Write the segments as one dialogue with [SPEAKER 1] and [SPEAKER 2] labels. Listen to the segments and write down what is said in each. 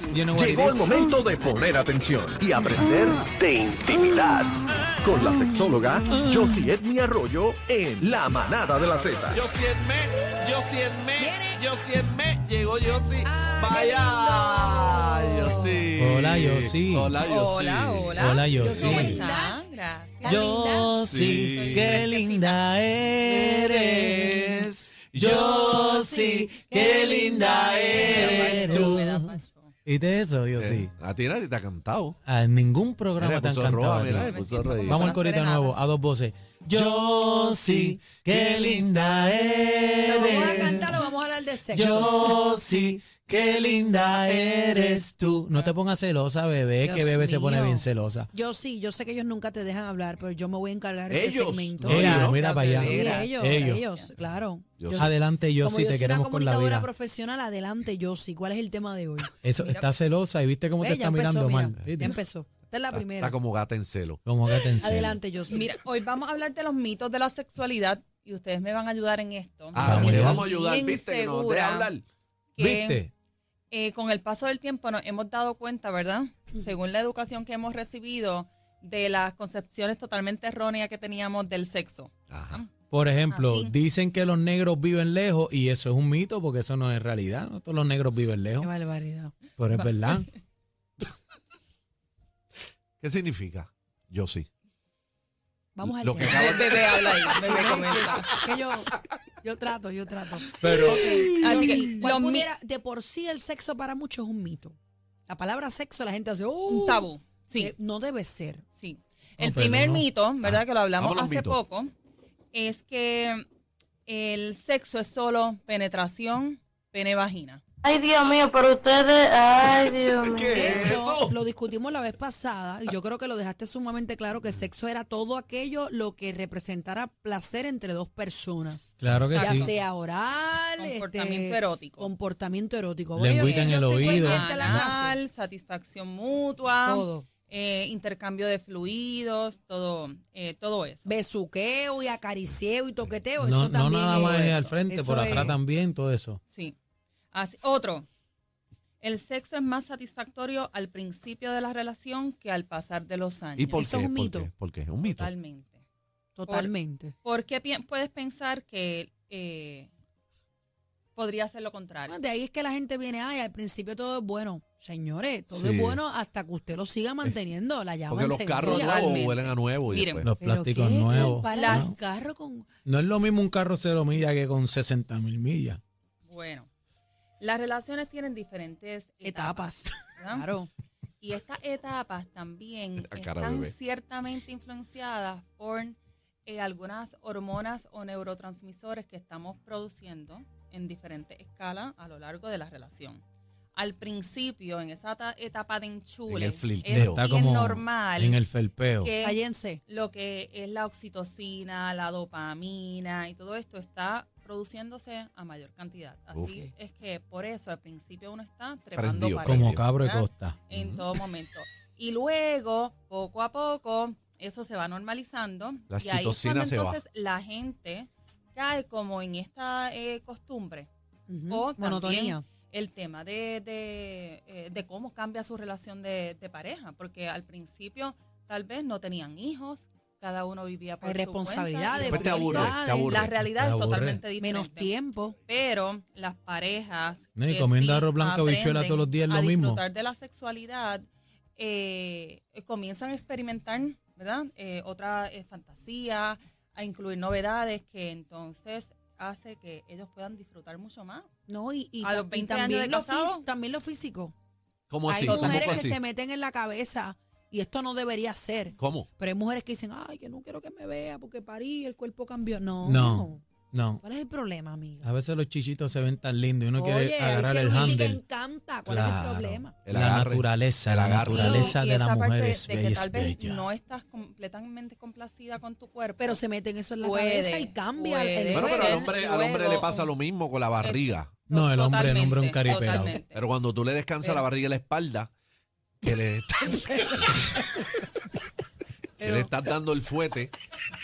[SPEAKER 1] Entonces,
[SPEAKER 2] You know what
[SPEAKER 1] llegó
[SPEAKER 2] it
[SPEAKER 1] el
[SPEAKER 2] is?
[SPEAKER 1] momento de poner atención y aprender de intimidad. Con la sexóloga Josie Edmi Arroyo en La Manada de la Z.
[SPEAKER 3] Yo sí me, yo sí
[SPEAKER 4] Viene.
[SPEAKER 3] me, yo sí me, llegó yo sí.
[SPEAKER 4] Ah, qué
[SPEAKER 3] Vaya, yo sí.
[SPEAKER 2] Hola, Yossi.
[SPEAKER 3] Hola, yo sí.
[SPEAKER 4] Hola, hola.
[SPEAKER 2] Hola, yo sí.
[SPEAKER 4] ¿Cómo está? Gracias.
[SPEAKER 2] Yo
[SPEAKER 4] Linda.
[SPEAKER 2] sí,
[SPEAKER 3] Sí.
[SPEAKER 2] qué linda eres. Yo sí, qué linda eres tú.
[SPEAKER 4] Me da pacho.
[SPEAKER 2] ¿Viste eso? Yo sí.
[SPEAKER 3] A ti nadie te ha cantado.
[SPEAKER 2] A ningún programa
[SPEAKER 3] Eh. Mira,
[SPEAKER 2] tan
[SPEAKER 3] puso
[SPEAKER 2] cantado.
[SPEAKER 3] roja,
[SPEAKER 2] a ti.
[SPEAKER 3] mira, puso
[SPEAKER 4] siento
[SPEAKER 3] roja.
[SPEAKER 4] como
[SPEAKER 2] Vamos al
[SPEAKER 4] Una
[SPEAKER 2] corito
[SPEAKER 4] serenata.
[SPEAKER 2] nuevo, a dos voces. Yo sí, qué linda
[SPEAKER 5] Pero vamos a
[SPEAKER 2] eres.
[SPEAKER 5] cantar o vamos a hablar de sexo.
[SPEAKER 2] Yo sí, qué linda eres tú. No te pongas celosa, bebé, que
[SPEAKER 5] Dios
[SPEAKER 2] bebé se pone
[SPEAKER 5] mío.
[SPEAKER 2] bien celosa.
[SPEAKER 5] Yo sí, yo sé que ellos nunca te dejan hablar, pero yo me voy a encargar de este
[SPEAKER 3] Ellos.
[SPEAKER 5] segmento.
[SPEAKER 3] No, Ellos,
[SPEAKER 2] Ella,
[SPEAKER 3] no.
[SPEAKER 2] mira para allá.
[SPEAKER 5] Sí,
[SPEAKER 4] Era.
[SPEAKER 5] ellos,
[SPEAKER 2] Ellos.
[SPEAKER 5] ellos, claro.
[SPEAKER 3] Yo
[SPEAKER 5] Yo-
[SPEAKER 3] sí.
[SPEAKER 2] Adelante, yo
[SPEAKER 5] como
[SPEAKER 2] sí,
[SPEAKER 5] yo
[SPEAKER 2] te
[SPEAKER 5] soy una
[SPEAKER 2] queremos con la
[SPEAKER 5] comunicadora
[SPEAKER 2] vida.
[SPEAKER 5] profesional, adelante, yo sí. ¿Cuál es el tema de hoy?
[SPEAKER 2] Eso, está celosa y viste cómo
[SPEAKER 5] Ve,
[SPEAKER 2] te
[SPEAKER 5] ya
[SPEAKER 2] está
[SPEAKER 5] empezó,
[SPEAKER 2] mirando
[SPEAKER 5] mira,
[SPEAKER 2] mal.
[SPEAKER 5] Ya empezó. Esta es la
[SPEAKER 3] Está-
[SPEAKER 5] primera.
[SPEAKER 3] Está como gata en celo.
[SPEAKER 2] Como que te enseño.
[SPEAKER 5] Adelante, yo sí.
[SPEAKER 4] Mira, hoy vamos a hablar de los mitos de la sexualidad y ustedes me van a ayudar en esto.
[SPEAKER 3] Ah,
[SPEAKER 2] Vamos
[SPEAKER 3] le
[SPEAKER 2] ya.
[SPEAKER 3] vamos a ayudar,
[SPEAKER 4] Bien
[SPEAKER 3] viste, que nos deja
[SPEAKER 4] segura
[SPEAKER 3] hablar.
[SPEAKER 4] que,
[SPEAKER 2] ¿Viste?
[SPEAKER 4] eh, con el paso del tiempo nos hemos dado cuenta, ¿verdad? Según la educación que hemos recibido, de las concepciones totalmente erróneas que teníamos del sexo.
[SPEAKER 5] Ah.
[SPEAKER 3] Ajá.
[SPEAKER 2] Por ejemplo,
[SPEAKER 4] Así.
[SPEAKER 2] dicen que los negros viven lejos y eso es un mito porque eso no es realidad. No todos los negros viven
[SPEAKER 5] Qué
[SPEAKER 2] lejos,
[SPEAKER 5] barbaridad.
[SPEAKER 2] pero es verdad.
[SPEAKER 3] ¿Qué significa? Yo sí.
[SPEAKER 5] Vamos al
[SPEAKER 3] Lo que
[SPEAKER 5] tema.
[SPEAKER 3] acaba-
[SPEAKER 4] Bebé habla ahí,
[SPEAKER 5] Sí,
[SPEAKER 4] bebé
[SPEAKER 5] sí,
[SPEAKER 4] comenta.
[SPEAKER 5] que yo, yo trato, yo trato.
[SPEAKER 2] Pero
[SPEAKER 4] Así
[SPEAKER 5] Yo
[SPEAKER 4] que
[SPEAKER 5] sí, cual
[SPEAKER 4] los mi-
[SPEAKER 5] pudiera- de por sí el sexo para muchos es un mito. La palabra sexo la gente hace, "Uh, Eh,
[SPEAKER 4] Un tabú. Sí.
[SPEAKER 5] que no debe ser.
[SPEAKER 4] Sí. El
[SPEAKER 2] pero
[SPEAKER 4] primer
[SPEAKER 2] no. Ah,
[SPEAKER 4] mito, ¿verdad? que lo hablamos
[SPEAKER 3] vámonos
[SPEAKER 4] hace
[SPEAKER 3] mito.
[SPEAKER 4] poco, es que el sexo es solo penetración, pene vagina.
[SPEAKER 6] Ay, Dios mío, pero ustedes, ay, Dios mío.
[SPEAKER 3] ¿Qué es
[SPEAKER 5] Eso
[SPEAKER 3] eso?
[SPEAKER 5] lo discutimos la vez pasada. y Yo creo que lo dejaste sumamente claro que sexo era todo aquello lo que representara placer entre dos personas.
[SPEAKER 2] claro que
[SPEAKER 5] Ya
[SPEAKER 2] sí.
[SPEAKER 5] sea oral,
[SPEAKER 4] Comportamiento
[SPEAKER 5] este,
[SPEAKER 4] erótico. Pues,
[SPEAKER 5] Comportamiento erótico.
[SPEAKER 2] Lengüita
[SPEAKER 5] Oye,
[SPEAKER 2] en
[SPEAKER 5] yo
[SPEAKER 2] el
[SPEAKER 5] estoy
[SPEAKER 2] oído.
[SPEAKER 5] pendiente a la clase.
[SPEAKER 4] Anal, satisfacción mutua,
[SPEAKER 5] Todo.
[SPEAKER 4] eh, intercambio de fluidos, todo, eh, todo eso.
[SPEAKER 5] Besuqueo y acariceo y toqueteo.
[SPEAKER 2] No,
[SPEAKER 5] eso
[SPEAKER 2] no
[SPEAKER 5] también
[SPEAKER 2] nada más es
[SPEAKER 5] es
[SPEAKER 2] al frente,
[SPEAKER 5] eso
[SPEAKER 2] por atrás
[SPEAKER 5] es.
[SPEAKER 2] también, todo eso.
[SPEAKER 4] Sí. Así- otro. El sexo es más satisfactorio al principio de la relación que al pasar de los años.
[SPEAKER 3] ¿Y por
[SPEAKER 5] Eso
[SPEAKER 3] qué?
[SPEAKER 5] es un
[SPEAKER 3] ¿Por
[SPEAKER 5] mito.
[SPEAKER 3] qué? ¿Por qué? ¿Un mito?
[SPEAKER 4] Totalmente.
[SPEAKER 5] Totalmente.
[SPEAKER 4] Porque pi- puedes pensar que eh, podría ser lo contrario.
[SPEAKER 5] Bueno, De ahí es que la gente viene, ay, al principio todo es bueno. Señores, todo
[SPEAKER 3] Sí.
[SPEAKER 5] es bueno hasta que usted lo siga manteniendo. La llama
[SPEAKER 3] Porque los
[SPEAKER 5] encendida.
[SPEAKER 3] carros nuevos
[SPEAKER 4] Totalmente.
[SPEAKER 3] huelen a nuevo. Y
[SPEAKER 4] Miren.
[SPEAKER 3] después.
[SPEAKER 2] Los
[SPEAKER 5] Pero
[SPEAKER 2] plásticos
[SPEAKER 5] qué
[SPEAKER 2] nuevos.
[SPEAKER 5] compara
[SPEAKER 4] Las-
[SPEAKER 5] un carro con...
[SPEAKER 2] No es lo mismo un carro cero millas que con 60 mil millas.
[SPEAKER 4] Bueno, las relaciones tienen diferentes etapas.
[SPEAKER 5] etapas.
[SPEAKER 4] ¿verdad?
[SPEAKER 5] Claro.
[SPEAKER 4] Y estas etapas también
[SPEAKER 3] La cara,
[SPEAKER 4] están
[SPEAKER 3] bebé.
[SPEAKER 4] ciertamente influenciadas por eh, algunas hormonas o neurotransmisores que estamos produciendo en diferentes escalas a lo largo de la relación. Al principio, en esa ta- etapa de enchule,
[SPEAKER 3] En el
[SPEAKER 4] es
[SPEAKER 3] flirteo.
[SPEAKER 2] Está
[SPEAKER 4] bien
[SPEAKER 2] como
[SPEAKER 4] normal
[SPEAKER 2] en el felpeo.
[SPEAKER 4] que
[SPEAKER 5] Cállense.
[SPEAKER 4] lo que es la oxitocina, la dopamina y todo esto está produciéndose a mayor cantidad. Así
[SPEAKER 3] Uf.
[SPEAKER 4] es que por eso al principio uno está trepando
[SPEAKER 3] Prendido,
[SPEAKER 4] paredes,
[SPEAKER 2] Como cabro de
[SPEAKER 4] ¿verdad?
[SPEAKER 2] costa.
[SPEAKER 4] En todo momento. Y luego, poco a poco, eso se va normalizando.
[SPEAKER 3] La
[SPEAKER 4] y ahí es
[SPEAKER 3] oxitocina
[SPEAKER 4] cuando
[SPEAKER 3] se va.
[SPEAKER 4] entonces la gente cae como en esta eh, costumbre.
[SPEAKER 5] Ujú.
[SPEAKER 4] O también
[SPEAKER 5] Monotonía.
[SPEAKER 4] el tema de, de, eh, de cómo cambia su relación de, de pareja, porque al principio tal vez no tenían hijos, cada uno vivía por
[SPEAKER 5] Hay
[SPEAKER 4] su
[SPEAKER 5] responsabilidades,
[SPEAKER 4] cuenta,
[SPEAKER 3] Después te aburre, te
[SPEAKER 5] prioridades,
[SPEAKER 4] y
[SPEAKER 3] aburre.
[SPEAKER 4] La realidad
[SPEAKER 2] Pues Te
[SPEAKER 4] es
[SPEAKER 2] aburre.
[SPEAKER 4] totalmente diferente.
[SPEAKER 5] Menos tiempo.
[SPEAKER 4] Pero las parejas.
[SPEAKER 2] No, y
[SPEAKER 4] que
[SPEAKER 2] comiendo
[SPEAKER 4] sí
[SPEAKER 2] arroz blanco,
[SPEAKER 4] aprenden
[SPEAKER 2] habichuela todos los días es
[SPEAKER 4] a
[SPEAKER 2] lo mismo.
[SPEAKER 4] disfrutar de la sexualidad, eh, eh, comienzan a experimentar, ¿verdad? Eh, otra eh, fantasía, a incluir novedades que entonces hace que ellos puedan disfrutar mucho más.
[SPEAKER 5] No, y, y,
[SPEAKER 4] A los
[SPEAKER 5] y
[SPEAKER 4] 20 años
[SPEAKER 5] también,
[SPEAKER 4] de
[SPEAKER 5] lo
[SPEAKER 4] casado.
[SPEAKER 5] fis- también lo físico.
[SPEAKER 3] ¿Cómo así?
[SPEAKER 5] hay
[SPEAKER 3] Tampoco
[SPEAKER 5] mujeres que
[SPEAKER 3] así.
[SPEAKER 5] se meten en la cabeza y esto no debería ser.
[SPEAKER 3] ¿Cómo?
[SPEAKER 5] Pero hay mujeres que dicen, ay, que no quiero que me vea porque parí, el cuerpo cambió. No.
[SPEAKER 2] No. No.
[SPEAKER 5] ¿Cuál es el problema, amiga?
[SPEAKER 2] A veces los chichitos se ven tan lindos y uno
[SPEAKER 5] Oye,
[SPEAKER 2] quiere agarrar
[SPEAKER 5] dice
[SPEAKER 2] el
[SPEAKER 5] Willy que
[SPEAKER 2] handle.
[SPEAKER 5] encanta. ¿Cuál es
[SPEAKER 2] Claro.
[SPEAKER 5] el problema?
[SPEAKER 3] El
[SPEAKER 2] la
[SPEAKER 3] agarre.
[SPEAKER 2] naturaleza,
[SPEAKER 3] El
[SPEAKER 2] la
[SPEAKER 3] agarre.
[SPEAKER 2] naturaleza
[SPEAKER 4] Y- y
[SPEAKER 2] de la
[SPEAKER 4] esa
[SPEAKER 2] mujer
[SPEAKER 4] parte
[SPEAKER 2] es
[SPEAKER 4] de que
[SPEAKER 2] bella,
[SPEAKER 4] tal
[SPEAKER 2] es
[SPEAKER 4] vez
[SPEAKER 2] bella.
[SPEAKER 4] No estás completamente complacida con tu cuerpo.
[SPEAKER 5] Pero se meten eso en la
[SPEAKER 4] Puede,
[SPEAKER 5] cabeza y cambia el-
[SPEAKER 4] puede.
[SPEAKER 5] el
[SPEAKER 3] Bueno, pero al
[SPEAKER 5] juego.
[SPEAKER 3] hombre, al hombre le
[SPEAKER 4] Luego-
[SPEAKER 3] pasa lo mismo con la barriga.
[SPEAKER 2] No, el hombre, el hombre es un
[SPEAKER 4] Totalmente,
[SPEAKER 2] caripelao.
[SPEAKER 4] totalmente.
[SPEAKER 3] Pero cuando tú le descansas la barriga y la espalda, que le. que le estás dando el fuete,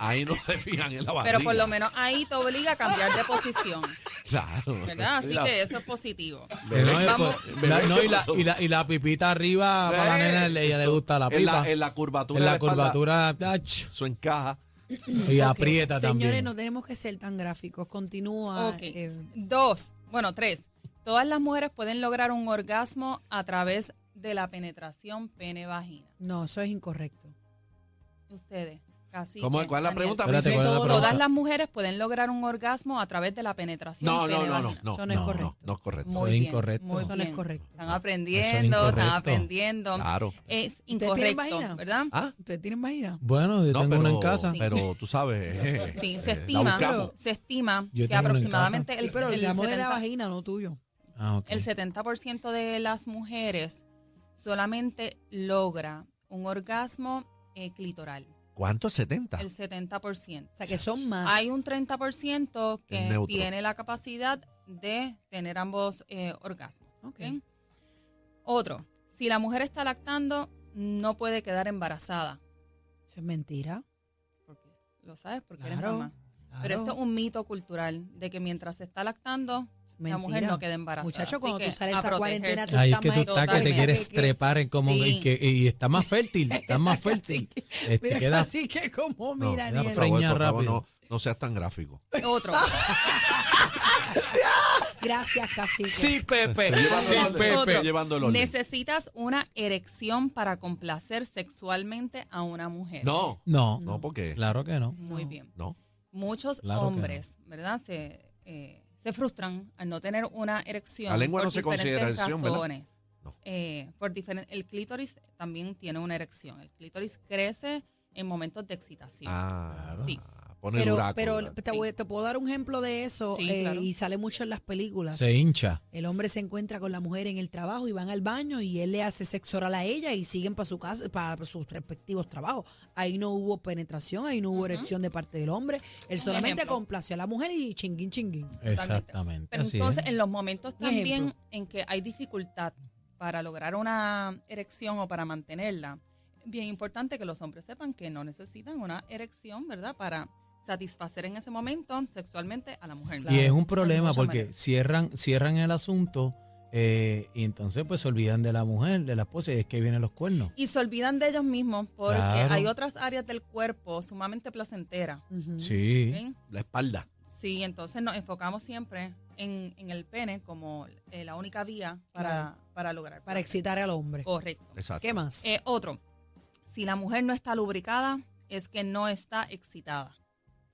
[SPEAKER 3] ahí no se fijan en la barriga.
[SPEAKER 4] Pero por lo menos ahí te obliga a cambiar de posición,
[SPEAKER 3] Claro.
[SPEAKER 4] ¿verdad? Así
[SPEAKER 3] La-
[SPEAKER 4] que eso es positivo.
[SPEAKER 2] Eh, no, eh,
[SPEAKER 4] Vamos.
[SPEAKER 2] pues, la- no, y, la, y, la, y la pipita arriba para la nena, le- ella le
[SPEAKER 3] Eh, Eso,
[SPEAKER 2] gusta la
[SPEAKER 3] En
[SPEAKER 2] pipa.
[SPEAKER 3] la, en la curvatura.
[SPEAKER 2] En
[SPEAKER 3] de
[SPEAKER 2] la
[SPEAKER 3] espalda,
[SPEAKER 2] curvatura, ach,
[SPEAKER 3] Eso encaja.
[SPEAKER 2] y aprieta
[SPEAKER 5] Señores,
[SPEAKER 2] también.
[SPEAKER 5] no tenemos que ser tan gráficos. Continúa.
[SPEAKER 4] Ok.
[SPEAKER 5] eh,
[SPEAKER 4] Dos, bueno, tres. Todas las mujeres pueden lograr un orgasmo a través de la penetración pene-vagina.
[SPEAKER 5] no, eso es incorrecto.
[SPEAKER 4] Ustedes, casi.
[SPEAKER 3] ¿Cómo, ¿Cuál es la pregunta?
[SPEAKER 2] Espérate,
[SPEAKER 5] Dice
[SPEAKER 2] ¿cuál es la
[SPEAKER 5] todo-
[SPEAKER 2] pregunta?
[SPEAKER 4] Todas las mujeres pueden lograr un orgasmo a través de la penetración
[SPEAKER 3] No, no, no,
[SPEAKER 4] pene-vagina.
[SPEAKER 3] no, no.
[SPEAKER 5] Eso no es correcto.
[SPEAKER 3] No, es correcto.
[SPEAKER 2] Eso
[SPEAKER 4] Muy
[SPEAKER 2] es
[SPEAKER 4] bien,
[SPEAKER 2] incorrecto.
[SPEAKER 4] muy
[SPEAKER 5] Eso no es
[SPEAKER 4] bien.
[SPEAKER 5] correcto.
[SPEAKER 4] Están aprendiendo, están
[SPEAKER 2] incorrecto.
[SPEAKER 4] aprendiendo.
[SPEAKER 3] Claro.
[SPEAKER 4] Es
[SPEAKER 5] ¿Ustedes tienen
[SPEAKER 4] incorrecto,
[SPEAKER 5] vagina?
[SPEAKER 4] ¿verdad?
[SPEAKER 3] ¿Ah?
[SPEAKER 5] ¿Ustedes tienen vagina?
[SPEAKER 2] Bueno, yo
[SPEAKER 3] No,
[SPEAKER 2] tengo
[SPEAKER 3] pero,
[SPEAKER 2] una en casa.
[SPEAKER 3] Pero tú sabes. eh,
[SPEAKER 4] Sí,
[SPEAKER 3] eh,
[SPEAKER 4] se
[SPEAKER 3] la
[SPEAKER 4] estima,
[SPEAKER 3] buscamos.
[SPEAKER 4] se estima
[SPEAKER 2] Yo
[SPEAKER 4] que
[SPEAKER 2] tengo una en
[SPEAKER 4] aproximadamente el,
[SPEAKER 5] Sí, pero
[SPEAKER 4] el
[SPEAKER 5] hablamos de la
[SPEAKER 4] 70
[SPEAKER 5] vagina, no tuyo.
[SPEAKER 2] Ah, ok.
[SPEAKER 4] el 70% de las mujeres solamente logra un orgasmo eh, clitoral.
[SPEAKER 3] ¿Cuánto? ¿70?
[SPEAKER 4] El 70%.
[SPEAKER 5] O sea, que son más.
[SPEAKER 4] Hay un 30%
[SPEAKER 3] Es
[SPEAKER 4] que
[SPEAKER 3] neutro.
[SPEAKER 4] tiene la capacidad de tener ambos eh, orgasmos.
[SPEAKER 5] Ok.
[SPEAKER 4] ¿ok? Otro, si la mujer está lactando, no puede quedar embarazada.
[SPEAKER 5] Eso es mentira.
[SPEAKER 4] Porque, ¿Lo sabes? Porque eres
[SPEAKER 5] Claro,
[SPEAKER 4] mamá. Pero esto es un mito cultural de que mientras se está lactando,
[SPEAKER 5] Mentira.
[SPEAKER 4] la mujer no queda embarazada.
[SPEAKER 5] Muchacho,
[SPEAKER 4] Así
[SPEAKER 5] cuando
[SPEAKER 4] que,
[SPEAKER 5] tú sales
[SPEAKER 4] a
[SPEAKER 5] de esa
[SPEAKER 4] protegerse.
[SPEAKER 5] cuarentena, tú
[SPEAKER 2] Ahí es
[SPEAKER 5] estás
[SPEAKER 2] que tú
[SPEAKER 5] más
[SPEAKER 2] estás que te
[SPEAKER 4] totalmente.
[SPEAKER 2] quieres
[SPEAKER 5] que-
[SPEAKER 2] trepar en como
[SPEAKER 4] Sí.
[SPEAKER 2] y, que, y está más fértil, está más fértil. Este,
[SPEAKER 5] Mira,
[SPEAKER 2] queda
[SPEAKER 5] así que como
[SPEAKER 2] No,
[SPEAKER 5] mira,
[SPEAKER 2] mira,
[SPEAKER 5] Ariel.
[SPEAKER 3] Por favor,
[SPEAKER 2] Preña
[SPEAKER 3] por favor,
[SPEAKER 2] rápido.
[SPEAKER 3] no, no seas tan gráfico.
[SPEAKER 4] Otro.
[SPEAKER 5] Gracias, cacique.
[SPEAKER 2] Pepe,
[SPEAKER 3] sí, Pepe.
[SPEAKER 4] Otro.
[SPEAKER 3] llevando el orden.
[SPEAKER 4] Necesitas una erección para complacer sexualmente a una mujer.
[SPEAKER 3] No,
[SPEAKER 2] No,
[SPEAKER 3] no, porque.
[SPEAKER 2] claro que no.
[SPEAKER 4] Muy
[SPEAKER 5] No.
[SPEAKER 4] bien.
[SPEAKER 3] No.
[SPEAKER 4] Muchos
[SPEAKER 2] Claro que
[SPEAKER 4] hombres, ¿verdad? Se, eh, se frustran al no tener una erección.
[SPEAKER 3] La lengua
[SPEAKER 4] por
[SPEAKER 3] no se
[SPEAKER 4] diferentes
[SPEAKER 3] considera erección, ¿verdad?
[SPEAKER 4] razones.
[SPEAKER 3] No.
[SPEAKER 4] Eh, por diferen- el clítoris también tiene una erección. El clítoris crece en momentos de excitación.
[SPEAKER 3] Ah,
[SPEAKER 4] Sí.
[SPEAKER 3] pone el
[SPEAKER 5] Pero,
[SPEAKER 3] huraco,
[SPEAKER 5] pero
[SPEAKER 3] ¿verdad?
[SPEAKER 5] te, voy- te puedo dar un ejemplo de eso
[SPEAKER 4] Sí,
[SPEAKER 5] eh,
[SPEAKER 4] claro.
[SPEAKER 5] y sale mucho en las películas.
[SPEAKER 2] Se hincha.
[SPEAKER 5] El hombre se encuentra con la mujer en el trabajo y van al baño y él le hace sexo oral a ella y siguen para su casa, para sus respectivos trabajos. Ahí no hubo penetración, ahí no hubo erección de parte del hombre. Él
[SPEAKER 4] Un
[SPEAKER 5] solamente
[SPEAKER 4] ejemplo.
[SPEAKER 5] complació a la mujer y chinguín, chinguín.
[SPEAKER 2] Exactamente.
[SPEAKER 4] Pero
[SPEAKER 2] así
[SPEAKER 4] entonces,
[SPEAKER 2] es.
[SPEAKER 4] en los momentos
[SPEAKER 5] Un
[SPEAKER 4] también
[SPEAKER 5] ejemplo.
[SPEAKER 4] en que hay dificultad para lograr una erección o para mantenerla, bien importante que los hombres sepan que no necesitan una erección, ¿verdad? Para satisfacer en ese momento sexualmente a la mujer.
[SPEAKER 2] Y es un
[SPEAKER 4] De
[SPEAKER 2] problema
[SPEAKER 4] muchas
[SPEAKER 2] porque
[SPEAKER 4] maneras.
[SPEAKER 2] cierran, cierran el asunto eh, y entonces pues se olvidan de la mujer, de la esposa, y es que ahí vienen los cuernos.
[SPEAKER 4] Y se olvidan de ellos mismos porque
[SPEAKER 2] Claro.
[SPEAKER 4] hay otras áreas del cuerpo sumamente placenteras.
[SPEAKER 5] Ujú.
[SPEAKER 2] Sí.
[SPEAKER 4] ¿ok?
[SPEAKER 3] La espalda.
[SPEAKER 4] Sí, entonces nos enfocamos siempre en, en el pene como eh, la única vía para, para lograr.
[SPEAKER 5] Para excitar al hombre.
[SPEAKER 4] Correcto.
[SPEAKER 3] Exacto.
[SPEAKER 5] ¿Qué más?
[SPEAKER 4] Oh. Eh, otro, si la mujer no está lubricada, es que no está excitada.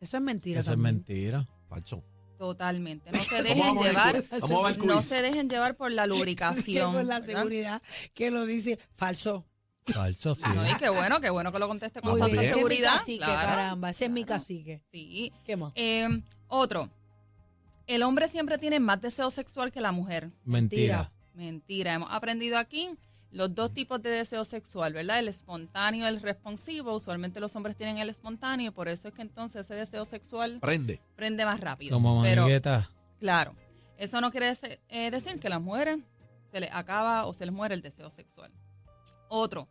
[SPEAKER 5] eso es mentira.
[SPEAKER 2] Eso es
[SPEAKER 5] también.
[SPEAKER 2] mentira.
[SPEAKER 3] Falso.
[SPEAKER 4] Totalmente. No se
[SPEAKER 3] Vamos a
[SPEAKER 4] dejen
[SPEAKER 3] ver el
[SPEAKER 4] llevar.
[SPEAKER 3] quiz. Vamos a ver el
[SPEAKER 4] No
[SPEAKER 3] quiz.
[SPEAKER 4] se dejen llevar por la lubricación.
[SPEAKER 5] Con la
[SPEAKER 4] ¿verdad?
[SPEAKER 5] seguridad que lo dice falso.
[SPEAKER 2] Falso, sí.
[SPEAKER 4] Ah, No, y qué bueno, qué bueno que lo conteste con
[SPEAKER 3] Muy
[SPEAKER 4] tanta
[SPEAKER 3] bien.
[SPEAKER 5] Ese es mi
[SPEAKER 4] Ah, seguridad.
[SPEAKER 5] cacique,
[SPEAKER 4] claro.
[SPEAKER 5] caramba. Ese es mi cacique.
[SPEAKER 4] Sí.
[SPEAKER 5] ¿Qué más?
[SPEAKER 4] Eh, otro, el hombre siempre tiene más deseo sexual que la mujer.
[SPEAKER 2] Mentira.
[SPEAKER 4] Mentira, hemos aprendido aquí los dos tipos de deseo sexual, ¿verdad? El espontáneo, el responsivo. Usualmente los hombres tienen el espontáneo y por eso es que entonces ese deseo sexual
[SPEAKER 3] Prende.
[SPEAKER 4] prende más rápido.
[SPEAKER 2] Como
[SPEAKER 4] Pero
[SPEAKER 2] manigueta.
[SPEAKER 4] claro, eso no quiere dese- eh, decir que a las mujeres se les acaba o se les muere el deseo sexual. Otro,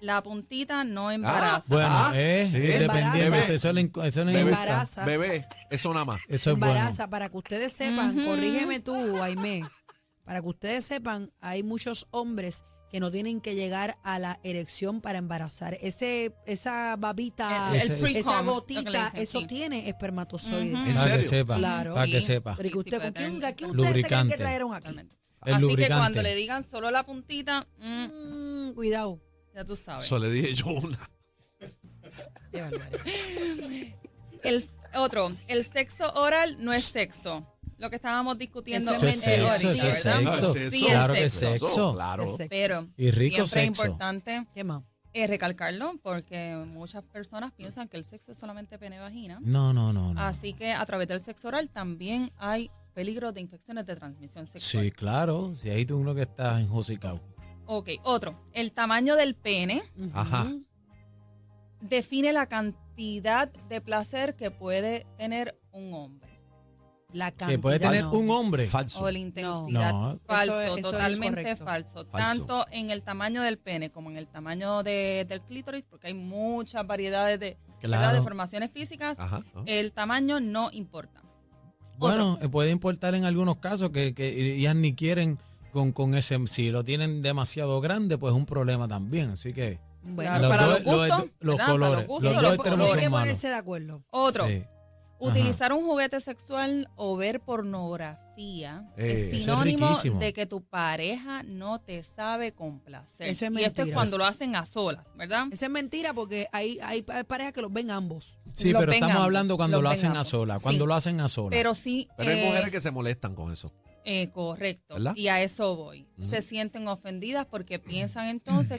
[SPEAKER 4] la puntita no embaraza.
[SPEAKER 2] Bueno,
[SPEAKER 3] Ah,
[SPEAKER 2] eh,
[SPEAKER 3] eh,
[SPEAKER 2] dependiendo.
[SPEAKER 5] embaraza.
[SPEAKER 2] Eso, le inco- eso le
[SPEAKER 5] Bebé.
[SPEAKER 2] gusta.
[SPEAKER 5] Embaraza.
[SPEAKER 3] Bebé, eso nada más.
[SPEAKER 2] Eso es bueno.
[SPEAKER 5] embaraza, para que ustedes sepan,
[SPEAKER 4] Ujú.
[SPEAKER 5] corrígeme tú, Aime, para que ustedes sepan, hay muchos hombres que no tienen que llegar a la erección para embarazar. Ese, esa babita,
[SPEAKER 4] El-
[SPEAKER 2] el pre-cum,
[SPEAKER 5] esa
[SPEAKER 4] lo que le
[SPEAKER 5] gotita,
[SPEAKER 4] dicen,
[SPEAKER 5] eso
[SPEAKER 4] sí.
[SPEAKER 5] tiene espermatozoides.
[SPEAKER 4] Ujú.
[SPEAKER 3] ¿En
[SPEAKER 2] Para que
[SPEAKER 3] serio?
[SPEAKER 2] sepa.
[SPEAKER 5] Claro.
[SPEAKER 2] Para que
[SPEAKER 4] Sí.
[SPEAKER 2] sepa.
[SPEAKER 5] Pero que usted, ¿con
[SPEAKER 4] Sí,
[SPEAKER 5] quién,
[SPEAKER 4] puede
[SPEAKER 5] ¿a quién
[SPEAKER 2] tener.
[SPEAKER 5] ustedes se creen que
[SPEAKER 2] Lubricante.
[SPEAKER 5] trajeron aquí?
[SPEAKER 4] Totalmente.
[SPEAKER 2] El
[SPEAKER 4] Así que
[SPEAKER 2] lubricante.
[SPEAKER 4] cuando le digan solo la puntita, mm,
[SPEAKER 5] Mm, cuidado.
[SPEAKER 4] ya tú sabes.
[SPEAKER 3] Eso le dije yo una.
[SPEAKER 4] El, otro, el sexo oral no es sexo. Lo que estábamos discutiendo
[SPEAKER 5] Eso es
[SPEAKER 4] en el
[SPEAKER 5] sexo, eso
[SPEAKER 4] origen,
[SPEAKER 5] es
[SPEAKER 4] ¿verdad?
[SPEAKER 2] sexo.
[SPEAKER 4] es
[SPEAKER 2] Claro que
[SPEAKER 4] sexo.
[SPEAKER 2] sexo.
[SPEAKER 3] Claro.
[SPEAKER 5] Ese.
[SPEAKER 4] Pero
[SPEAKER 2] Y rico
[SPEAKER 4] siempre es
[SPEAKER 2] sexo.
[SPEAKER 4] importante
[SPEAKER 5] ¿Qué más?
[SPEAKER 4] eh, recalcarlo porque muchas personas piensan que el sexo es solamente pene vagina.
[SPEAKER 2] No, no, no, no.
[SPEAKER 4] Así que a través del sexo oral también hay peligro de infecciones de transmisión sexual.
[SPEAKER 2] Sí, claro. Si ahí tú uno que estás en Josicao.
[SPEAKER 4] Ok, otro. El tamaño del pene
[SPEAKER 3] Ajá.
[SPEAKER 5] Ujú.
[SPEAKER 4] define la cantidad de placer que puede tener un hombre.
[SPEAKER 5] La
[SPEAKER 2] Que
[SPEAKER 5] cantidad.
[SPEAKER 2] puede tener
[SPEAKER 5] no.
[SPEAKER 2] un hombre.
[SPEAKER 3] Falso.
[SPEAKER 4] o la intensidad.
[SPEAKER 2] No. Eso
[SPEAKER 4] Falso,
[SPEAKER 5] es- eso es
[SPEAKER 4] totalmente
[SPEAKER 5] correcto.
[SPEAKER 4] falso.
[SPEAKER 3] Falso.
[SPEAKER 4] Tanto en el tamaño del pene como en el tamaño de- del clítoris, porque hay muchas variedades de,
[SPEAKER 2] Claro.
[SPEAKER 4] ¿verdad? de formaciones físicas.
[SPEAKER 3] Ajá. ajá.
[SPEAKER 4] El tamaño no importa.
[SPEAKER 2] Bueno, eh, puede importar en algunos casos que, que ellas ni quieren con, con ese. Si lo tienen demasiado grande, pues es un problema también. Así que.
[SPEAKER 5] Bueno,
[SPEAKER 4] Claro,
[SPEAKER 2] los
[SPEAKER 4] para
[SPEAKER 2] dos-
[SPEAKER 4] los gustos,
[SPEAKER 2] dos- los
[SPEAKER 4] ¿verdad? Para
[SPEAKER 2] colores.
[SPEAKER 4] los gustos,
[SPEAKER 2] Los
[SPEAKER 5] pero
[SPEAKER 2] dos
[SPEAKER 5] po-
[SPEAKER 2] extremos
[SPEAKER 5] hay que
[SPEAKER 2] son malos.
[SPEAKER 5] ponerse de acuerdo.
[SPEAKER 4] Otro,
[SPEAKER 2] Sí.
[SPEAKER 4] utilizar un juguete sexual o ver pornografía
[SPEAKER 3] Eh,
[SPEAKER 4] es
[SPEAKER 3] eso es
[SPEAKER 4] sinónimo
[SPEAKER 2] riquísimo.
[SPEAKER 4] de que tu pareja no te sabe complacer.
[SPEAKER 5] Eso es
[SPEAKER 4] y esto es
[SPEAKER 5] mentira.
[SPEAKER 4] cuando lo hacen a solas, ¿verdad?
[SPEAKER 5] Eso es mentira porque hay, hay pa- parejas que los ven ambos.
[SPEAKER 2] Sí,
[SPEAKER 4] Los
[SPEAKER 2] pero
[SPEAKER 4] ven
[SPEAKER 2] estamos
[SPEAKER 4] ambos,
[SPEAKER 2] hablando cuando
[SPEAKER 4] los
[SPEAKER 2] lo
[SPEAKER 4] ven
[SPEAKER 2] hacen a
[SPEAKER 4] ambos.
[SPEAKER 2] sola. Cuando
[SPEAKER 4] Sí.
[SPEAKER 2] lo hacen a sola.
[SPEAKER 4] Pero sí.
[SPEAKER 3] Pero hay
[SPEAKER 4] eh,
[SPEAKER 3] mujeres que se molestan con eso.
[SPEAKER 4] Eh, correcto.
[SPEAKER 3] ¿Verdad?
[SPEAKER 4] Y a eso voy.
[SPEAKER 3] Ujú.
[SPEAKER 4] Se sienten ofendidas porque piensan entonces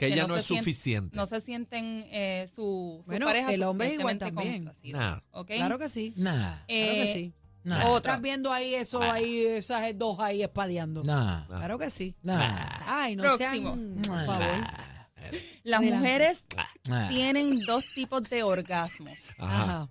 [SPEAKER 3] Que
[SPEAKER 4] que,
[SPEAKER 3] ella
[SPEAKER 4] no,
[SPEAKER 3] no
[SPEAKER 4] se
[SPEAKER 3] es
[SPEAKER 4] sien-
[SPEAKER 3] suficiente.
[SPEAKER 4] no se sienten eh, su, su
[SPEAKER 5] Bueno,
[SPEAKER 4] pareja
[SPEAKER 5] el hombre es igual
[SPEAKER 4] suficientemente
[SPEAKER 5] también.
[SPEAKER 4] complacida.
[SPEAKER 3] Nah.
[SPEAKER 4] ¿Ok?
[SPEAKER 5] Claro que sí.
[SPEAKER 2] Nada.
[SPEAKER 5] Claro que
[SPEAKER 4] Eh,
[SPEAKER 5] sí.
[SPEAKER 2] Nada.
[SPEAKER 4] otra.
[SPEAKER 5] Estás viendo ahí eso, ahí, esas dos ahí espadeando.
[SPEAKER 2] Nada.
[SPEAKER 5] Claro que sí.
[SPEAKER 2] Nah.
[SPEAKER 5] Ay, no
[SPEAKER 4] Próximo.
[SPEAKER 5] sean. Por favor.
[SPEAKER 4] Las
[SPEAKER 5] Adelante.
[SPEAKER 4] mujeres
[SPEAKER 2] Nah.
[SPEAKER 4] tienen dos tipos de orgasmos,
[SPEAKER 3] Ajá.
[SPEAKER 5] Ajá.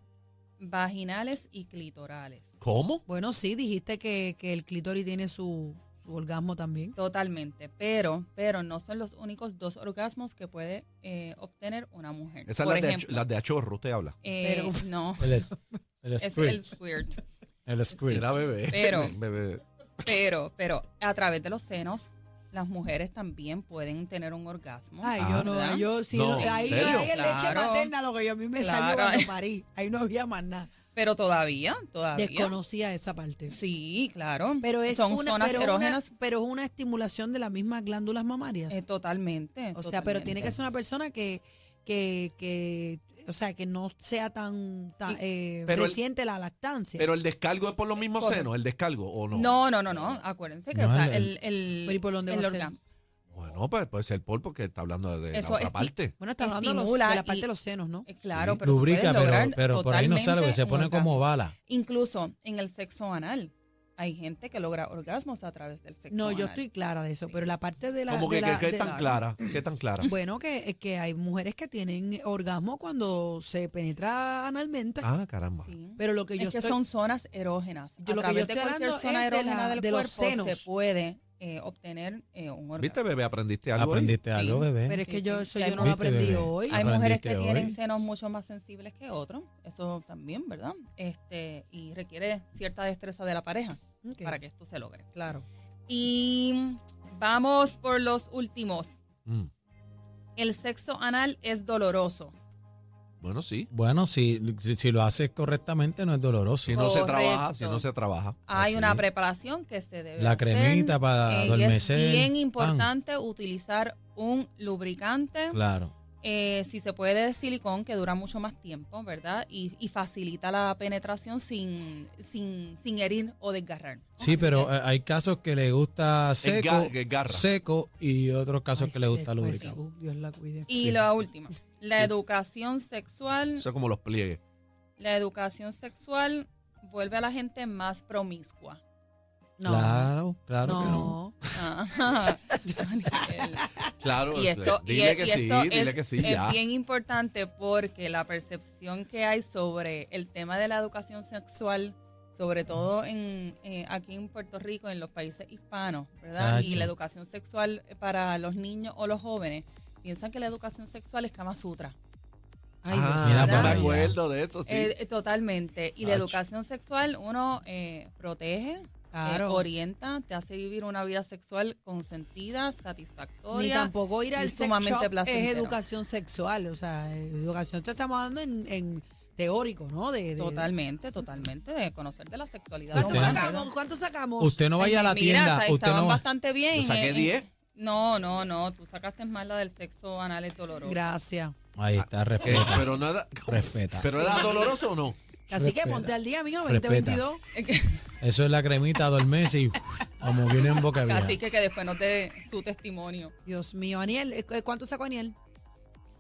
[SPEAKER 4] vaginales y clitorales.
[SPEAKER 3] ¿Cómo?
[SPEAKER 5] Bueno, sí, dijiste que, que el clítoris tiene su, su orgasmo también.
[SPEAKER 4] Totalmente, pero, pero no son los únicos dos orgasmos que puede eh, obtener una mujer.
[SPEAKER 3] Esas
[SPEAKER 4] Por
[SPEAKER 3] las de, ach-
[SPEAKER 4] ejemplo,
[SPEAKER 3] las de achorro, usted habla.
[SPEAKER 4] eh,
[SPEAKER 5] Pero-
[SPEAKER 4] no,
[SPEAKER 2] El, es- el
[SPEAKER 4] es el
[SPEAKER 2] squirt.
[SPEAKER 4] squirt.
[SPEAKER 2] El squirt.
[SPEAKER 3] Era bebé.
[SPEAKER 4] Pero-
[SPEAKER 3] Bebé.
[SPEAKER 4] Pero, pero a través de los senos, las mujeres también pueden tener un orgasmo.
[SPEAKER 5] Ay,
[SPEAKER 3] Ah.
[SPEAKER 5] yo no,
[SPEAKER 4] ¿verdad?
[SPEAKER 5] yo sí,
[SPEAKER 3] No, ¿en
[SPEAKER 5] ahí,
[SPEAKER 3] serio?
[SPEAKER 5] ahí es leche
[SPEAKER 4] Claro.
[SPEAKER 5] materna lo que yo a mí me salió
[SPEAKER 4] Claro.
[SPEAKER 5] cuando parí. Ahí no había más nada.
[SPEAKER 4] Pero todavía, todavía.
[SPEAKER 5] Desconocía esa parte.
[SPEAKER 4] Sí, claro.
[SPEAKER 5] Pero es
[SPEAKER 4] Son
[SPEAKER 5] una,
[SPEAKER 4] zonas
[SPEAKER 5] pero es una-
[SPEAKER 4] erógenas
[SPEAKER 5] pero es una estimulación de las mismas glándulas mamarias.
[SPEAKER 4] eh, totalmente.
[SPEAKER 5] o sea, pero tiene que
[SPEAKER 4] totalmente.
[SPEAKER 5] ser una persona que, que, que o sea, que no sea tan, tan,
[SPEAKER 4] Y-
[SPEAKER 5] eh,
[SPEAKER 3] Pero el-
[SPEAKER 5] reciente la lactancia.
[SPEAKER 3] Pero el descargo es por los mismos
[SPEAKER 4] Correcto.
[SPEAKER 3] senos, el descargo, ¿o no?
[SPEAKER 4] No, no, no, no. Acuérdense que
[SPEAKER 2] No,
[SPEAKER 4] o sea,
[SPEAKER 2] el-
[SPEAKER 4] el, el,
[SPEAKER 5] Pero ¿y por dónde
[SPEAKER 4] el
[SPEAKER 5] va a ser?
[SPEAKER 4] orgasmo
[SPEAKER 3] Bueno, pues puede ser por porque está hablando de
[SPEAKER 4] Eso
[SPEAKER 3] la otra
[SPEAKER 4] es-
[SPEAKER 3] parte.
[SPEAKER 5] bueno, está hablando de los-
[SPEAKER 4] estimula
[SPEAKER 5] de la
[SPEAKER 4] y-
[SPEAKER 5] parte de los senos, ¿no?
[SPEAKER 4] eh, Claro,
[SPEAKER 2] Sí.
[SPEAKER 4] pero tú
[SPEAKER 2] Lubrica,
[SPEAKER 4] puedes lograr
[SPEAKER 2] pero, pero por ahí no sale, porque se
[SPEAKER 4] totalmente
[SPEAKER 2] pone
[SPEAKER 4] un
[SPEAKER 2] como
[SPEAKER 4] orgasmo.
[SPEAKER 2] bala.
[SPEAKER 4] Incluso en el sexo anal, hay gente que logra orgasmos a través del sexo
[SPEAKER 5] No, yo
[SPEAKER 4] anal.
[SPEAKER 5] estoy clara de eso, pero la parte de la...
[SPEAKER 3] Como
[SPEAKER 5] de
[SPEAKER 3] que,
[SPEAKER 5] la-
[SPEAKER 3] que- que
[SPEAKER 5] de
[SPEAKER 3] es tan
[SPEAKER 5] la-
[SPEAKER 3] clara, que es tan clara.
[SPEAKER 5] Bueno, que, que hay mujeres que tienen orgasmo cuando se penetra analmente,
[SPEAKER 3] Ah, caramba.
[SPEAKER 4] Sí.
[SPEAKER 5] pero lo que yo
[SPEAKER 4] es que
[SPEAKER 5] estoy-
[SPEAKER 4] son zonas erógenas.
[SPEAKER 5] Yo lo que
[SPEAKER 4] a
[SPEAKER 5] yo
[SPEAKER 4] través de
[SPEAKER 5] estoy
[SPEAKER 4] cualquier
[SPEAKER 5] hablando
[SPEAKER 4] zona
[SPEAKER 5] es de
[SPEAKER 4] erógena
[SPEAKER 5] la-
[SPEAKER 4] del
[SPEAKER 5] de los
[SPEAKER 4] cuerpo se
[SPEAKER 5] senos.
[SPEAKER 4] puede eh, obtener eh, un orgasmo.
[SPEAKER 3] ¿Viste, bebé? ¿Aprendiste algo? ahí?
[SPEAKER 2] Aprendiste
[SPEAKER 4] Sí.
[SPEAKER 2] algo, bebé.
[SPEAKER 5] Pero es que
[SPEAKER 4] Sí,
[SPEAKER 5] yo
[SPEAKER 4] sí,
[SPEAKER 5] eso
[SPEAKER 4] que
[SPEAKER 5] yo
[SPEAKER 4] hay
[SPEAKER 5] no lo
[SPEAKER 4] mujeres-
[SPEAKER 5] aprendí
[SPEAKER 2] Viste, bebé.
[SPEAKER 5] hoy.
[SPEAKER 4] Hay mujeres
[SPEAKER 2] Aprendiste
[SPEAKER 4] que
[SPEAKER 2] hoy.
[SPEAKER 4] tienen senos mucho más sensibles que otros, eso también, ¿verdad? Este y requiere cierta destreza de la pareja
[SPEAKER 5] Ok,
[SPEAKER 4] para que esto se logre.
[SPEAKER 5] Claro.
[SPEAKER 4] Y vamos por los últimos.
[SPEAKER 3] Mm.
[SPEAKER 4] El sexo anal es doloroso.
[SPEAKER 3] Bueno, sí.
[SPEAKER 2] Bueno, si, si, si lo haces correctamente no es doloroso.
[SPEAKER 3] Si no se
[SPEAKER 4] Correcto.
[SPEAKER 3] trabaja, si no se trabaja.
[SPEAKER 4] Hay
[SPEAKER 3] Así
[SPEAKER 4] una
[SPEAKER 3] es.
[SPEAKER 4] preparación que se debe
[SPEAKER 2] Ah, La
[SPEAKER 4] hacer,
[SPEAKER 2] cremita para
[SPEAKER 4] eh, y
[SPEAKER 2] Ah, adormecer,
[SPEAKER 4] es
[SPEAKER 2] pan.
[SPEAKER 4] bien importante utilizar un lubricante.
[SPEAKER 2] Claro.
[SPEAKER 4] eh, si se puede de silicón, que dura mucho más tiempo, ¿verdad? Y, y facilita la penetración sin, sin, sin herir o desgarrar.
[SPEAKER 2] Sí, pero eh, hay casos que le gusta seco,
[SPEAKER 3] ga- que es garra.
[SPEAKER 2] seco y otros casos
[SPEAKER 5] Ay,
[SPEAKER 2] que le gusta
[SPEAKER 5] seco
[SPEAKER 2] lubricado.
[SPEAKER 5] Jesús, Dios la cuide.
[SPEAKER 4] Y
[SPEAKER 2] eh, sí.
[SPEAKER 4] la última, la educación sexual.
[SPEAKER 3] Eso es como los pliegues.
[SPEAKER 4] La educación sexual vuelve a la gente más promiscua.
[SPEAKER 5] No.
[SPEAKER 2] Claro, claro que no.
[SPEAKER 5] no.
[SPEAKER 4] Ah, Daniel.
[SPEAKER 3] Claro,
[SPEAKER 4] y esto, y
[SPEAKER 3] Este, dile
[SPEAKER 4] e-
[SPEAKER 3] que
[SPEAKER 4] y
[SPEAKER 3] sí,
[SPEAKER 4] esto
[SPEAKER 3] dile
[SPEAKER 4] es,
[SPEAKER 3] que sí,
[SPEAKER 4] es
[SPEAKER 3] ya.
[SPEAKER 4] bien importante porque la percepción que hay sobre el tema de la educación sexual, sobre todo en eh, aquí en Puerto Rico, en los países hispanos, ¿verdad? Y
[SPEAKER 2] Chacho.
[SPEAKER 4] la educación sexual para los niños o los jóvenes, piensan que la educación sexual es Kama Sutra.
[SPEAKER 5] Ay,
[SPEAKER 3] Ah,
[SPEAKER 5] Dios.
[SPEAKER 2] Mira
[SPEAKER 3] no
[SPEAKER 2] para
[SPEAKER 3] me
[SPEAKER 2] allá.
[SPEAKER 3] acuerdo de eso, sí.
[SPEAKER 4] Eh, eh, totalmente. Y la
[SPEAKER 3] Chacho.
[SPEAKER 4] educación sexual, uno eh, protege, eh,
[SPEAKER 5] Claro.
[SPEAKER 4] orienta, te hace vivir una vida sexual consentida, satisfactoria.
[SPEAKER 5] Ni tampoco ir
[SPEAKER 4] y
[SPEAKER 5] al sex
[SPEAKER 4] sumamente
[SPEAKER 5] shop es
[SPEAKER 4] placentero.
[SPEAKER 5] educación sexual, o sea, eh, educación te estamos dando en, en teórico, ¿no? De, de-
[SPEAKER 4] Totalmente, totalmente, de conocer de la sexualidad
[SPEAKER 5] ¿Cuánto
[SPEAKER 2] Usted-
[SPEAKER 4] humana.
[SPEAKER 5] sacamos?
[SPEAKER 4] ¿verdad?
[SPEAKER 5] ¿Cuánto sacamos?
[SPEAKER 2] Usted no vaya a la
[SPEAKER 4] Mira,
[SPEAKER 2] tienda, usted
[SPEAKER 4] está- estaban
[SPEAKER 2] no va-
[SPEAKER 4] bastante bien.
[SPEAKER 3] Yo saqué
[SPEAKER 4] eh,
[SPEAKER 3] 10.
[SPEAKER 4] No, no, no, tú sacaste más la del sexo anal es doloroso.
[SPEAKER 5] Gracias.
[SPEAKER 2] Ahí está,
[SPEAKER 3] Eh,
[SPEAKER 2] respeta.
[SPEAKER 3] pero no era,
[SPEAKER 2] Respeta.
[SPEAKER 3] pero era doloroso o no?
[SPEAKER 5] Así que
[SPEAKER 2] Respeta.
[SPEAKER 5] ponte al día, amigo,
[SPEAKER 2] Respeta.
[SPEAKER 5] 2022.
[SPEAKER 2] Eso es la cremita, adormece y como viene en boca vieja.
[SPEAKER 4] Así que que después nos dé su testimonio.
[SPEAKER 5] Dios mío, Aniel, eh, ¿cuánto sacó Aniel?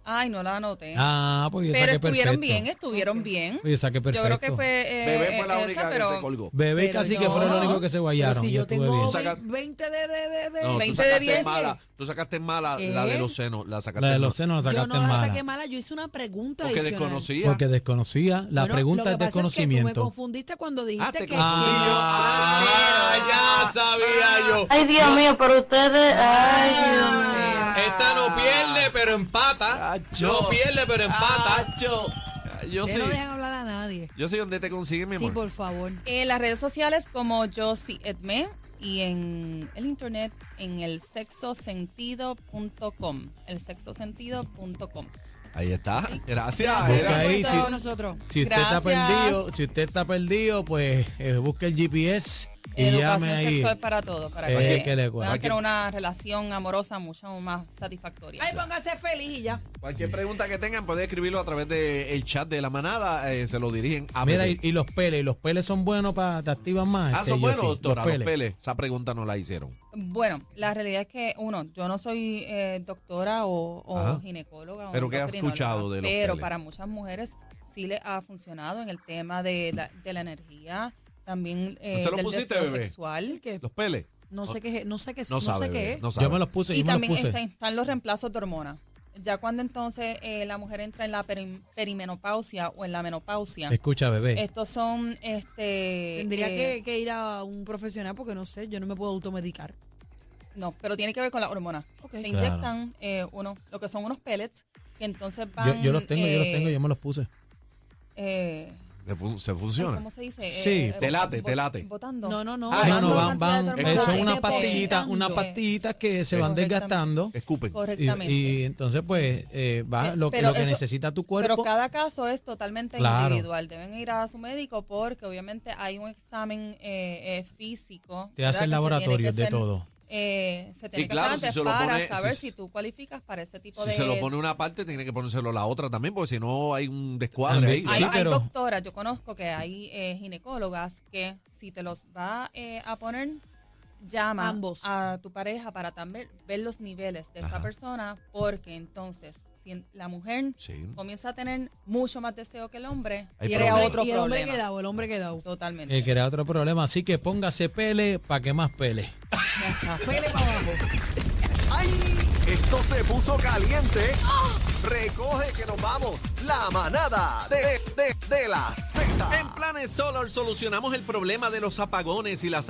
[SPEAKER 4] Ay, no la anoté.
[SPEAKER 2] Ah, pues yo
[SPEAKER 4] pero
[SPEAKER 2] saqué perfecto.
[SPEAKER 4] estuvieron bien, estuvieron bien.
[SPEAKER 2] Pues yo saqué
[SPEAKER 4] Yo
[SPEAKER 2] perfecto.
[SPEAKER 4] creo que fue. eh,
[SPEAKER 7] Bebé fue la
[SPEAKER 4] esa,
[SPEAKER 7] única que
[SPEAKER 4] pero
[SPEAKER 7] se colgó.
[SPEAKER 2] Bebé y
[SPEAKER 5] Pero
[SPEAKER 2] Cacique
[SPEAKER 5] no,
[SPEAKER 2] fueron los únicos que se guayaron.
[SPEAKER 5] pero si
[SPEAKER 2] y
[SPEAKER 5] yo
[SPEAKER 2] estuve
[SPEAKER 5] tengo
[SPEAKER 2] bien.
[SPEAKER 5] ve-
[SPEAKER 3] Saca-
[SPEAKER 5] 20 de... de, de, de-
[SPEAKER 3] No, tú
[SPEAKER 4] 20 de ¿Eh?
[SPEAKER 3] sacaste
[SPEAKER 4] 10.
[SPEAKER 3] mala. ¿Qué? Tú sacaste mala la
[SPEAKER 5] ¿Qué?
[SPEAKER 3] del océano. La sacaste
[SPEAKER 2] La de los
[SPEAKER 3] mala.
[SPEAKER 2] senos la
[SPEAKER 5] Yo
[SPEAKER 2] sacaste
[SPEAKER 5] no la
[SPEAKER 2] mala.
[SPEAKER 5] saqué mala, yo hice una pregunta
[SPEAKER 3] Porque
[SPEAKER 5] adicional.
[SPEAKER 3] desconocía.
[SPEAKER 2] Porque desconocía. La
[SPEAKER 5] Bueno,
[SPEAKER 2] pregunta
[SPEAKER 5] lo
[SPEAKER 2] es
[SPEAKER 5] que pasa Es que tú me
[SPEAKER 2] desconocimiento.
[SPEAKER 5] confundiste cuando dijiste
[SPEAKER 3] Ah, te
[SPEAKER 5] que...
[SPEAKER 3] confundí
[SPEAKER 5] que-
[SPEAKER 3] yo. Ah, ya sabía yo.
[SPEAKER 6] Ay, Dios mío, pero ustedes. Ay, Dios
[SPEAKER 5] ah,
[SPEAKER 6] mío.
[SPEAKER 3] Esta no pierde, pero empata.
[SPEAKER 2] Ah,
[SPEAKER 7] Acho.
[SPEAKER 3] No pierde, pero empata.
[SPEAKER 7] Yo
[SPEAKER 5] Ustedes
[SPEAKER 7] sí.
[SPEAKER 5] no dejan hablar a nadie.
[SPEAKER 7] Yo sé dónde te consiguen, mi
[SPEAKER 5] Sí,
[SPEAKER 7] amor.
[SPEAKER 5] por favor.
[SPEAKER 4] En las redes sociales como Josie Edme y en el internet en el sexosentido.com. El sexosentido.com.
[SPEAKER 3] Ahí está. Gracias.
[SPEAKER 5] Gracias
[SPEAKER 2] Porque
[SPEAKER 5] por
[SPEAKER 2] ahí
[SPEAKER 5] estar
[SPEAKER 2] sí-
[SPEAKER 5] con Pues, nosotros.
[SPEAKER 2] Si usted está
[SPEAKER 4] Gracias.
[SPEAKER 2] perdido, si usted está perdido, pues eh, busque el GPS y
[SPEAKER 4] Educación
[SPEAKER 2] llame ahí.
[SPEAKER 4] sexual para todos, para
[SPEAKER 2] Eh,
[SPEAKER 4] que,
[SPEAKER 2] que le cuadre.
[SPEAKER 4] puedan tener una relación amorosa mucho más satisfactoria.
[SPEAKER 5] Ay, póngase feliz y ya.
[SPEAKER 7] Cualquier pregunta que tengan, pueden escribirlo a través del chat de la manada. eh, se lo dirigen a
[SPEAKER 2] Mira, y,
[SPEAKER 7] bebé.
[SPEAKER 2] y los peles, los peles son buenos para te activan más.
[SPEAKER 7] Ah,
[SPEAKER 2] este,
[SPEAKER 7] son buenos,
[SPEAKER 2] Yossi,
[SPEAKER 7] doctora. Los peles. Esa pregunta no la hicieron.
[SPEAKER 4] Bueno, la realidad es que, uno, yo no soy eh, doctora o, o
[SPEAKER 7] Ajá.
[SPEAKER 4] ginecóloga. o
[SPEAKER 7] Pero ¿qué has
[SPEAKER 4] endocrinóloga,
[SPEAKER 7] escuchado de los
[SPEAKER 4] Pero
[SPEAKER 7] peles?
[SPEAKER 4] para muchas mujeres sí le ha funcionado en el tema de la, de la energía, también eh,
[SPEAKER 7] ¿Usted lo
[SPEAKER 4] del
[SPEAKER 7] pusiste,
[SPEAKER 4] deseo
[SPEAKER 7] bebé?
[SPEAKER 4] sexual.
[SPEAKER 5] Que
[SPEAKER 7] Los peles.
[SPEAKER 5] no sé qué es, no sé qué es,
[SPEAKER 7] No,
[SPEAKER 5] Eh, no
[SPEAKER 7] sabe,
[SPEAKER 5] sé
[SPEAKER 7] bebé,
[SPEAKER 5] qué es.
[SPEAKER 7] no sabe.
[SPEAKER 2] Yo me los puse,
[SPEAKER 4] Y
[SPEAKER 2] yo me los
[SPEAKER 4] también
[SPEAKER 2] puse.
[SPEAKER 4] está- están los reemplazos de hormonas. Ya cuando entonces eh, la mujer entra en la peri- perimenopausia o en la menopausia,
[SPEAKER 2] Escucha, bebé.
[SPEAKER 4] estos son... este
[SPEAKER 5] Tendría
[SPEAKER 4] eh,
[SPEAKER 5] que, que ir a un profesional porque no sé, yo no me puedo automedicar.
[SPEAKER 4] No, pero tiene que ver con las hormonas.
[SPEAKER 5] Ok.
[SPEAKER 4] Te
[SPEAKER 2] Claro.
[SPEAKER 4] inyectan eh, uno, lo que son unos pellets, que entonces van...
[SPEAKER 2] Yo, yo los tengo, yo los
[SPEAKER 4] eh,
[SPEAKER 2] tengo, yo me los puse.
[SPEAKER 4] eh,
[SPEAKER 7] Se, fu- se
[SPEAKER 4] ay,
[SPEAKER 7] funciona.
[SPEAKER 4] ¿Cómo se dice?
[SPEAKER 2] Sí.
[SPEAKER 4] Eh,
[SPEAKER 7] Te
[SPEAKER 4] bot-
[SPEAKER 7] late, te
[SPEAKER 4] bot-
[SPEAKER 7] late.
[SPEAKER 4] Botando.
[SPEAKER 5] No, no, no.
[SPEAKER 7] Ah,
[SPEAKER 2] no,
[SPEAKER 7] no,
[SPEAKER 2] no, van,
[SPEAKER 4] cantidad de
[SPEAKER 2] van.
[SPEAKER 4] hormonas.
[SPEAKER 2] eh, Son
[SPEAKER 4] Te
[SPEAKER 2] unas
[SPEAKER 4] depositan.
[SPEAKER 2] pastillitas, unas
[SPEAKER 4] Sí.
[SPEAKER 2] pastillitas que se van
[SPEAKER 4] Correctamente.
[SPEAKER 2] desgastando.
[SPEAKER 7] Escupen.
[SPEAKER 2] Y,
[SPEAKER 4] Correctamente.
[SPEAKER 2] y entonces, pues, eh, va
[SPEAKER 4] Eh,
[SPEAKER 2] lo, que-
[SPEAKER 4] pero
[SPEAKER 2] lo que
[SPEAKER 4] eso-
[SPEAKER 2] necesita tu
[SPEAKER 4] pero
[SPEAKER 2] cuerpo.
[SPEAKER 4] cada caso es totalmente
[SPEAKER 2] Claro.
[SPEAKER 4] individual. Deben ir a su médico porque obviamente hay un examen eh, eh, físico.
[SPEAKER 2] Te
[SPEAKER 4] ¿verdad?
[SPEAKER 2] hacen
[SPEAKER 4] que se
[SPEAKER 2] laboratorios
[SPEAKER 4] tiene
[SPEAKER 2] de
[SPEAKER 4] que hacer,
[SPEAKER 2] todo.
[SPEAKER 4] eh, se tiene
[SPEAKER 7] Y
[SPEAKER 4] que
[SPEAKER 7] claro,
[SPEAKER 4] hacer
[SPEAKER 7] si
[SPEAKER 4] antes
[SPEAKER 7] se lo
[SPEAKER 4] para
[SPEAKER 7] pone-
[SPEAKER 4] saber
[SPEAKER 7] si-
[SPEAKER 4] si, tú cualificas para ese tipo
[SPEAKER 7] Si
[SPEAKER 4] de...
[SPEAKER 7] se lo pone una parte, tiene que ponérselo la otra también, porque si no hay un descuadre ahí.
[SPEAKER 2] También,
[SPEAKER 4] Hay,
[SPEAKER 2] Sí,
[SPEAKER 4] hay
[SPEAKER 2] pero-
[SPEAKER 4] doctoras, yo conozco que hay eh, ginecólogas que si te los va eh, a poner, llama
[SPEAKER 5] Ambos.
[SPEAKER 4] a tu pareja para también ver los niveles de esa persona, porque entonces si en- la mujer
[SPEAKER 7] Sí.
[SPEAKER 4] comienza a tener mucho más deseo que el hombre,
[SPEAKER 7] Hay
[SPEAKER 4] crea
[SPEAKER 7] problema.
[SPEAKER 4] otro
[SPEAKER 5] y el hombre
[SPEAKER 4] problema.
[SPEAKER 5] quedado, el hombre quedado.
[SPEAKER 4] Totalmente.
[SPEAKER 2] Eh, que era otro problema. Así que póngase pele para que más pele.
[SPEAKER 5] Ya está, pele para abajo.
[SPEAKER 1] ¡Ay! Esto se puso caliente. Recoge que nos vamos. La manada de, de, de la Z.
[SPEAKER 3] Em-
[SPEAKER 7] En Planes Solar solucionamos el problema de los apagones y las